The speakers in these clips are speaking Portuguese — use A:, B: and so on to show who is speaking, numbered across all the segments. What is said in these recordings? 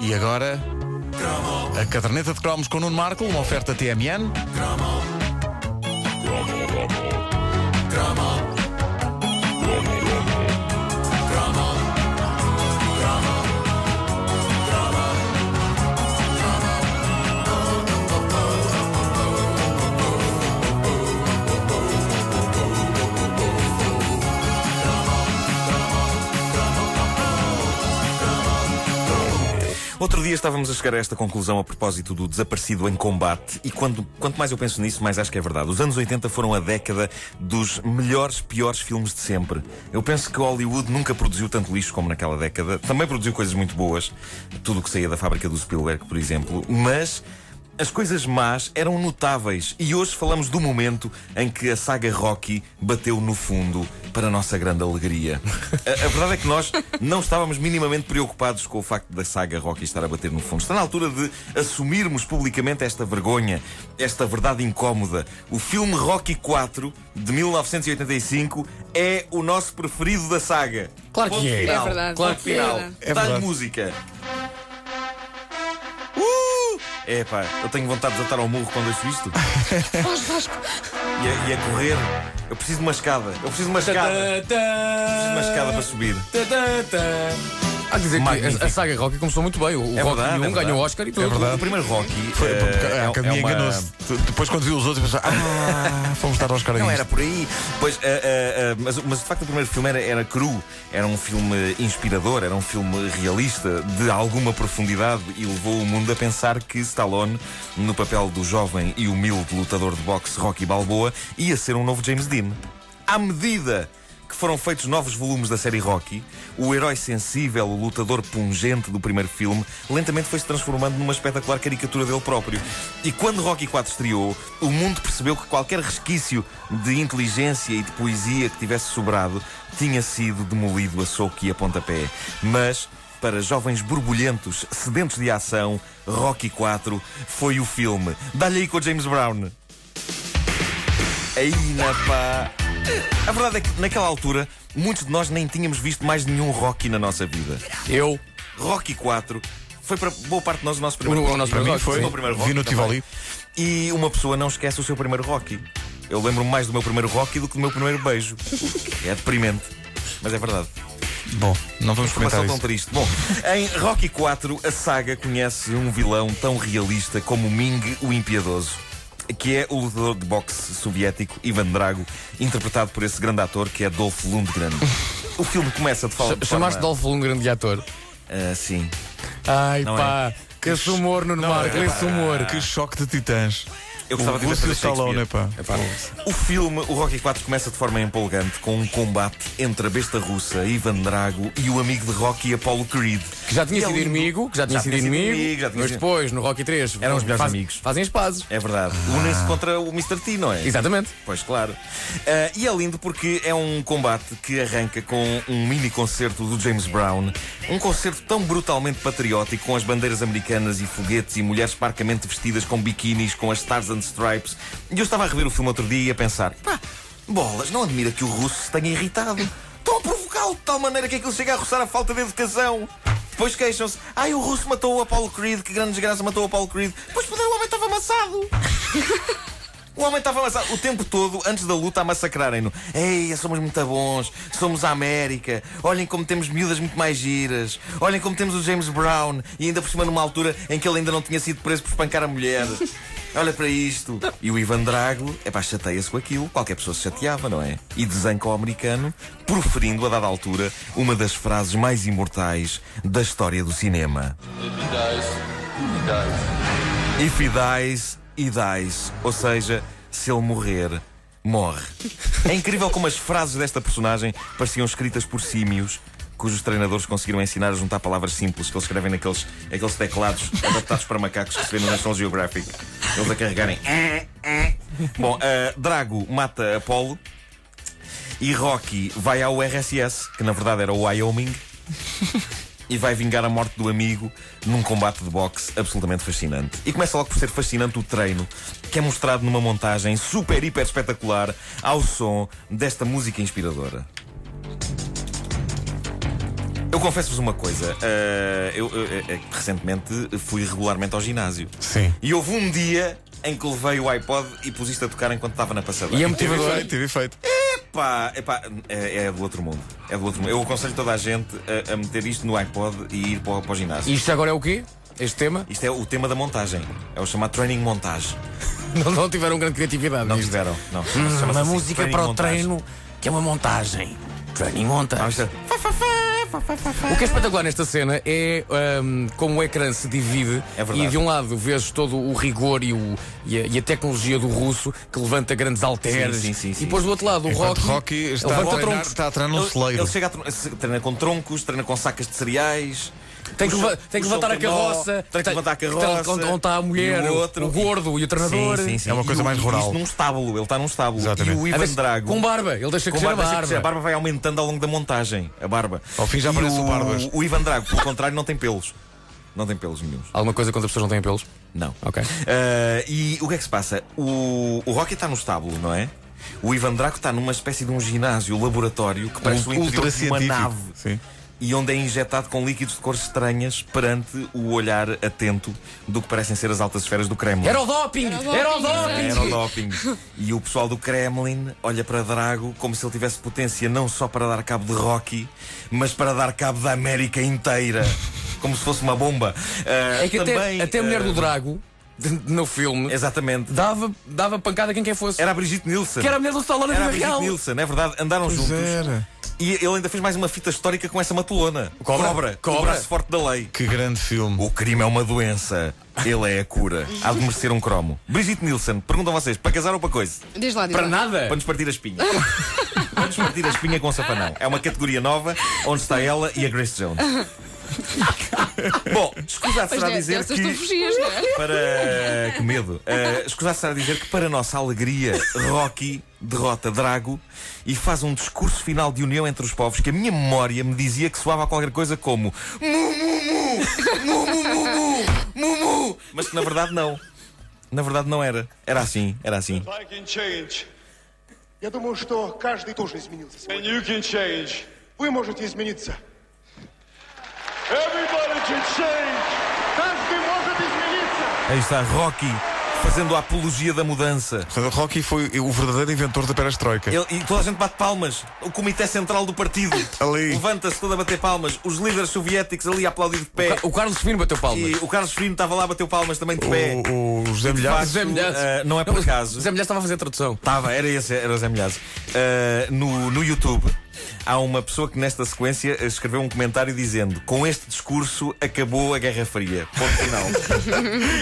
A: E agora, a caderneta de cromos com Nuno Marco, uma oferta TMN.
B: Outro dia estávamos a chegar a esta conclusão a propósito do desaparecido em combate, e quando, quanto mais eu penso nisso, mais acho que é verdade. Os anos 80 foram a década dos melhores, piores filmes de sempre. Eu penso que Hollywood nunca produziu tanto lixo como naquela década. Também produziu coisas muito boas, tudo o que saía da fábrica do Spielberg, por exemplo, mas. As coisas más eram notáveis e hoje falamos do momento em que a saga Rocky bateu no fundo para a nossa grande alegria. A, a verdade é que nós não estávamos minimamente preocupados com o facto da saga Rocky estar a bater no fundo. Está na altura de assumirmos publicamente esta vergonha, esta verdade incómoda. O filme Rocky 4 de 1985 é o nosso preferido da saga.
A: Claro que
B: Ponto
A: é.
B: final.
C: É verdade,
B: Claro
C: é
B: que final.
C: verdade.
A: É
B: Dá-lhe
A: verdade.
B: música. Uh! É pá, eu tenho vontade de atar ao murro quando ouço isto.
C: Faz Vasco.
B: E a, e a correr. Eu preciso de uma escada. Eu preciso de uma escada. Eu preciso de uma escada para subir.
D: Há de dizer que
B: Magnífico.
D: a- a saga Rocky começou muito bem. O o
B: É
D: Rocky
B: verdade,
D: 1
B: é
D: ganhou
B: verdade.
D: o Oscar e tudo.
A: É verdade.
B: O primeiro Rocky.
A: Foi
B: eh,
A: porque um
D: um
B: é-
A: a academia
B: é uma-
A: enganou-se. De- Depois, quando viu os outros, pensou: Ah, fomos dar aos caras.
B: Não era por aí. Pois, ah, ah, ah, mas, mas de facto o primeiro filme era, era cru, era um filme inspirador, era um filme realista, de alguma profundidade, e levou o mundo a pensar que Stallone, no papel do jovem e humilde lutador de boxe Rocky Balboa, ia ser um novo James Dean. À medida que foram feitos novos volumes da série Rocky, o herói sensível, o lutador pungente do primeiro filme, lentamente foi se transformando numa espetacular caricatura dele próprio. E quando Rocky 4 estreou, o mundo percebeu que qualquer resquício de inteligência e de poesia que tivesse sobrado tinha sido demolido a soco e a pontapé. Mas para jovens borbulhentos, sedentos de ação, Rocky 4 foi o filme. Dá-lhe aí com o James Brown. Aí na pá. A verdade é que naquela altura muitos de nós nem tínhamos visto mais nenhum Rocky na nossa vida.
D: Eu.
B: Rocky 4 foi para boa parte de nós o nosso primeiro
D: O- o
B: Rocky.
D: nosso primeiro
B: Para mim
D: Rocky,
B: o
D: sim.
B: meu primeiro Rocky
A: Vi no
B: também.
A: Tivoli.
B: E uma pessoa não esquece o seu primeiro Rocky. Eu lembro-me mais do meu primeiro Rocky do que do meu primeiro beijo. É deprimente, mas é verdade.
A: Bom, não vamos comentar
B: Informação tão
A: isso.
B: triste. Bom, em Rocky 4, a saga conhece um vilão tão realista como Ming o Impiedoso, que é o lutador de boxe soviético Ivan Drago, interpretado por esse grande ator que é Dolph Lundgren. O filme começa de fal-
D: Ch-
B: de forma.
D: Chamaste Dolph Lundgren de ator.
B: Ah, sim.
D: Ai
B: Não
D: pá,
B: é?
D: que esse humor, Nuno Marco, esse humor.
A: Que choque de titãs.
B: Eu gostava
A: o
B: de ver
A: Russo e o
B: fazer
A: Stallone,
B: Shakespeare.
A: pá.
B: O filme, o Rocky 4, começa de forma empolgante com um combate entre a besta russa Ivan Drago e o amigo de Rocky Apollo Creed.
D: Que já tinha
B: E é
D: sido
B: lindo.
D: inimigo, que já tinha sido inimigo,
B: já tinha
D: mas
B: sido-
D: depois, no Rocky 3,
B: Eram os melhores
D: faz-
B: amigos.
D: Fazem as pazes.
B: É verdade. Unem-se contra o Mr. T, não é?
D: Exatamente.
B: Pois claro. Ah, e é lindo porque é um combate que arranca com um mini concerto do James Brown. Um concerto tão brutalmente patriótico, com as bandeiras americanas e foguetes e mulheres parcamente vestidas com biquinis, com as Stars and Stripes. E eu estava a rever o filme outro dia e a pensar: pá, bolas, não admira que o russo se tenha irritado. Estão a provocá-lo de tal maneira que aquilo chega a roçar a falta de educação. Depois queixam-se: ai, o russo matou o Apollo Creed, que grande desgraça matou o Apollo Creed. Pois, poder, o homem estava amassado. O homem estava amassado o tempo todo, antes da luta, a massacrarem-no. Ei, somos muito bons, somos a América, olhem como temos miúdas muito mais giras, olhem como temos o James Brown, e ainda por cima numa altura em que ele ainda não tinha sido preso por espancar a mulher. Olha para isto. E o Ivan Drago, é pá, chateia-se com aquilo, qualquer pessoa se chateava, não é? E desanca ao americano, proferindo, a dada altura, uma das frases mais imortais da história do cinema.
E: If he dies, he dies.
B: If he dies, he dies. Ou seja, se ele morrer, morre. É incrível como as frases desta personagem pareciam escritas por símios. Cujos treinadores conseguiram ensinar a juntar palavras simples que eles escrevem naqueles aqueles teclados adaptados para macacos que se vê no National Geographic. Eles a carregarem. Bom, ah, Drago mata Apolo e Rocky vai ao RSS, que na verdade era o Wyoming, e vai vingar a morte do amigo num combate de boxe absolutamente fascinante. E começa logo por ser fascinante o treino, que é mostrado numa montagem super, hiper espetacular ao som desta música inspiradora. Eu confesso-vos uma coisa. eh, eu, eu, eh, recentemente fui regularmente ao ginásio.
D: Sim.
B: E houve um dia em que levei o iPod e pus isto a tocar enquanto estava na passadeira.
D: E é
A: Tive
D: motivador.
A: efeito, tive efeito.
B: Epá, epá, é, é do outro mundo. É do outro mundo. Eu aconselho toda a gente a, a meter isto no iPod e ir para, o- para o ginásio.
D: Isto agora é o quê? Este tema?
B: Isto é o tema da montagem. É o chamado training montage.
D: Não, não tiveram grande criatividade.
B: Não
D: nisto.
B: tiveram, não.
C: Uma
B: Chama-se assim,
C: música
B: training
C: para o
B: montage.
C: treino, que é uma montagem. Training
B: Ah,
C: montagem.
B: isto é-
D: O que é espetacular nesta cena é ahm, como o ecrã se divide
B: É verdade.
D: e de um lado vês todo o rigor e, o- e a, e a tecnologia do russo que levanta grandes halteres
B: Sim, sim, sim, sim.
D: e depois do outro
B: É
D: lado o
A: Enquanto
D: Rocky,
A: Rocky está a
D: levanta
A: treinar,
D: troncos.
A: está a treinar um
B: Ele-
A: celeiro.
B: Ele chega a tre- se- treina com troncos, treina com sacas de cereais.
D: Tem que,
B: puxa-
D: leva- tem
B: puxa
D: que levantar
B: o
D: a
B: trenó,
D: carroça,
B: Tem que levantar a carroça.
D: onde, onde está a mulher,
B: e
D: o, o gordo e o treinador.
B: Sim, sim, sim.
A: É uma
B: E
A: coisa
B: o-
A: mais rural.
B: Isto num estábulo, ele está num estábulo.
A: Exatamente.
B: E o
D: Ah,
B: Ivan
D: mas
B: Drago.
D: Com barba, ele deixa
B: com
D: crescer a
B: barba,
D: barba.
B: sempre- A barba vai aumentando ao longo da montagem. A barba.
A: Ao fim já
B: E
A: parece o Barbas.
B: O Ivan Drago, pelo contrário, não tem pelos. Não tem pelos nenhum.
D: Alguma coisa quando as pessoas não têm pelos?
B: Não.
D: Ok.
B: Ah, e o que é que se passa? O, o Rocky está no estábulo, não é? O Ivan Draco está numa espécie de um ginásio, laboratório, que parece o interior de uma
A: Um ultracientífico.
B: nave.
A: Sim.
B: E onde é injetado com líquidos de cores estranhas perante o olhar atento do que parecem ser as altas esferas do Kremlin.
D: Era o doping! Era o doping!
B: Era o doping. É E o pessoal do Kremlin olha para Drago como se ele tivesse potência não só para dar cabo de Rocky, mas para dar cabo da América inteira. Como se fosse uma bomba. Ah,
D: É que até-
B: também,
D: até a mulher
B: ah,
D: do Drago, no filme,
B: Exatamente.
D: dava, dava pancada a quem quer fosse.
B: Era a Brigitte Nielsen.
D: Que era a mulher do Stallone na
B: Era a
D: vida
B: Brigitte
D: real.
B: Nielsen, é verdade. Andaram juntos.
A: era.
B: E ele ainda fez mais uma fita histórica com essa matulona.
D: Cobra.
B: O
D: Cobra.
B: braço forte da lei.
A: Que grande filme.
B: O crime é uma doença. Ele é a cura. Há de merecer um cromo. Brigitte Nielsen, perguntam vocês, para casar ou para coisa?
F: Diz lá, diz
D: Para
F: lá.
D: nada.
B: Para nos partir a espinha. para nos partir a espinha com o safanão. É uma categoria nova onde está ela e a Grace Jones. Bom, escusado
F: Pois
B: será
F: é,
B: dizer
F: dessas tu
B: que.
F: fugias, não é?
B: Para. Que medo. Uh, Escusar-se a dizer que, para a nossa alegria, Rocky derrota Drago e faz um discurso final de união entre os povos que a minha memória me dizia que soava a qualquer coisa como Mu, mu, mu, mu, mu, mu, mu, mu, mu, mas que na verdade não. Na verdade não era. Era assim, era assim.
E: I can change,
G: Я думаю, что каждый тоже изменился. сегодня.
E: and you can change.
G: Вы можете измениться.
E: Everybody can change.
G: Каждый может измениться.
B: Aí está Rocky fazendo a apologia da mudança.
A: Portanto, Rocky foi o verdadeiro inventor da perestroika.
B: Ele- e toda a gente bate palmas. O Comitê Central do Partido
A: Ali.
B: levanta-se todo a bater palmas. Os líderes soviéticos ali a aplaudir de pé.
D: O Carlos Fino bateu palmas.
B: E o Carlos Fino estava lá, bateu palmas também de pé.
A: O, o José
B: De
A: Milhar.
B: facto,
D: Zé Milhazes.
B: eh, não é por acaso.
D: Zé Milhazes estava a fazer tradução.
B: Estava, era esse, era o Zé Milhazes. Eh, no, no YouTube há uma pessoa que nesta sequência eh, escreveu um comentário dizendo: Com este discurso acabou a Guerra Fria. Ponto final.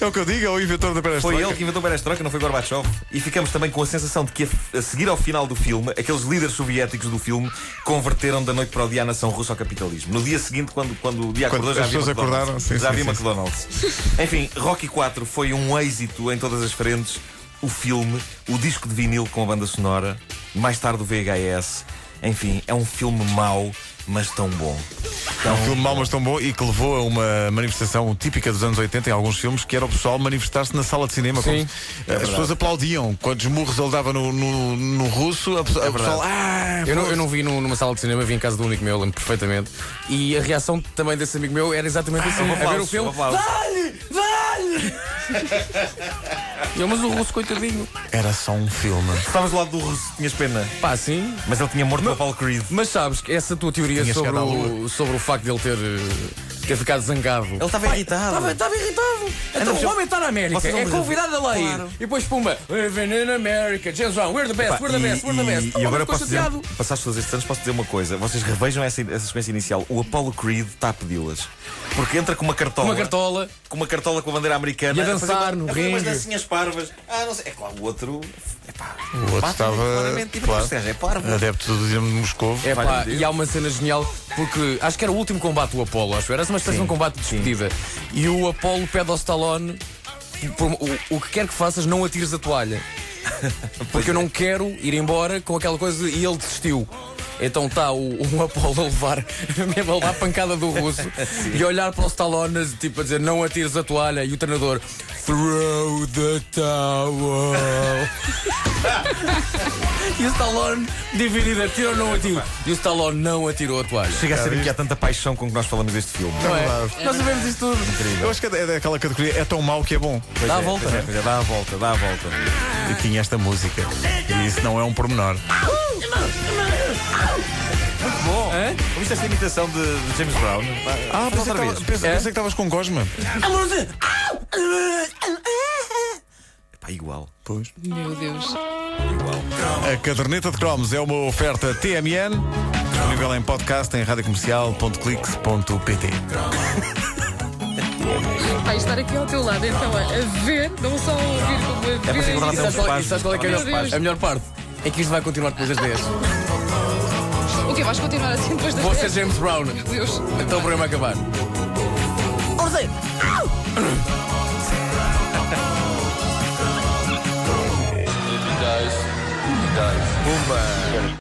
A: É o que eu digo, é o inventor da
B: foi
A: perestroika.
B: ele que inventou Perestroika, não foi Gorbachev. E ficamos também com a sensação de que a, a seguir ao final do filme, aqueles líderes soviéticos do filme converteram da noite para o dia a nação russa ao capitalismo. No dia seguinte, quando, quando o dia
A: Quando
B: acordou, já
A: as
B: havia
A: pessoas
B: McDonald's.
A: acordaram, sim,
B: já
A: sim,
B: havia
A: sim.
B: McDonald's. Enfim, Rocky 4 foi um êxito em todas as frentes. O filme, o disco de vinil com a banda sonora, mais tarde o VHS. Enfim, é um filme mau, mas tão bom. Tão...
A: É um filme mau, mas tão bom e que levou a uma manifestação típica dos anos 80 em alguns filmes, que era o pessoal manifestar-se na sala de cinema.
D: Sim.
A: Como- eh, as pessoas aplaudiam. Quantos murros ele dava no, no, no russo, a, pessoa- o
B: Tá
A: pessoal. Ah,
D: Eu não, eu não vi num- numa sala de cinema, vi em casa do único meu, lembro perfeitamente. E a reação também desse amigo meu era exatamente assim:
B: Um
D: a ver o
B: aplauso, um
D: filme.
B: aplauso.
D: Eu, mas o russo, coitadinho.
A: Era só um filme.
B: Estavas do lado do russo, tinhas pena.
D: Pá, sim.
B: Mas ele tinha morto o Paul Creed.
D: Mas sabes que essa tua teoria
A: Tinha
D: sobre
A: chegado à
D: o, sobre o facto de ele ter, eh, ter ficado zangado.
B: Ele tá estava irritado.
D: Estava irritado.
B: Então,
D: Então, o
B: eu-
D: homem está na América.
B: Vocês não
D: É
B: me-
D: convidado a lá ir. E depois, pumba, Living in America. James Brown, we're the best,
B: Pá,
D: we're the best, we're the best.
B: e
D: Tá bom,
B: agora um
D: ficou
B: posso dizer,
D: chateado.
B: passados todos estes anos, posso dizer uma coisa. Vocês revejam essa, essa sequência inicial. O Apollo Creed está a pedi-las. Porque entra com uma cartola.
D: Uma cartola.
B: Com uma cartola com a bandeira americana.
D: E a
B: fazer
D: dançar
B: uma-
D: no
B: a fazer umas
D: ringue.
B: dancinhas parvas. Ah, não sei. É claro, o outro. Epá,
A: O outro
B: bate-lhe
A: estava.
B: claramente. E
A: claro,
B: depois, Sérgio, é parvo.
A: adepto do Dinamo de Moscou.
D: É pá,
B: Deus.
D: e há uma cena genial porque acho que era o último combate do Apolo, acho que era uma espécie de um combate de despedida. E o Apolo pede ao Stallone por- o, o que quer que faças, não atires a toalha. Porque eu não quero ir embora com aquela coisa de, e ele desistiu. Então está o, o Apolo a levar, mesmo a levar a pancada do russo e a olhar para o Stallone, tipo a dizer não atires a toalha. E o treinador, throw the towel. e o Stallone, dividido, atira ou não atira? E o Stallone não atirou a toalha.
B: Chega a saber que há tanta paixão com que nós falamos deste filme.
D: Não é?
A: verdade.
D: Nós sabemos isto tudo.
A: Eu acho que é daquela categoria, é tão mau que é bom.
D: Dá a
B: É,
D: volta,
B: pois é,
D: né?
B: pois é, dá a volta, dá a volta.
A: E tinha esta música. E isso não é um pormenor.
B: Bom, ouviste esta é imitação de, de James Brown?
A: Ah,
B: Faz outra vez.
D: É?
A: pensei que estavas com gosma.
B: Pá, igual.
A: Pois.
F: Meu Deus.
A: A caderneta de cromos é uma oferta TMN, disponível em podcast em radiocomercial.clix.pt.
F: Vai estar aqui ao teu lado, então, a a ver, não só a ouvir como a
B: É para se encontrar
D: E
F: ver.
B: até
D: sabes
B: uns
D: qual, e sabes qual é, que é a
F: Meu
D: melhor,
F: Deus.
D: a melhor parte? É que isto vai continuar depois das 10.
F: O que vais continuar assim depois das
D: Vou ser
F: 10?
D: James Brown.
F: Meu Deus.
D: Então o programa acabar.
B: Pumba!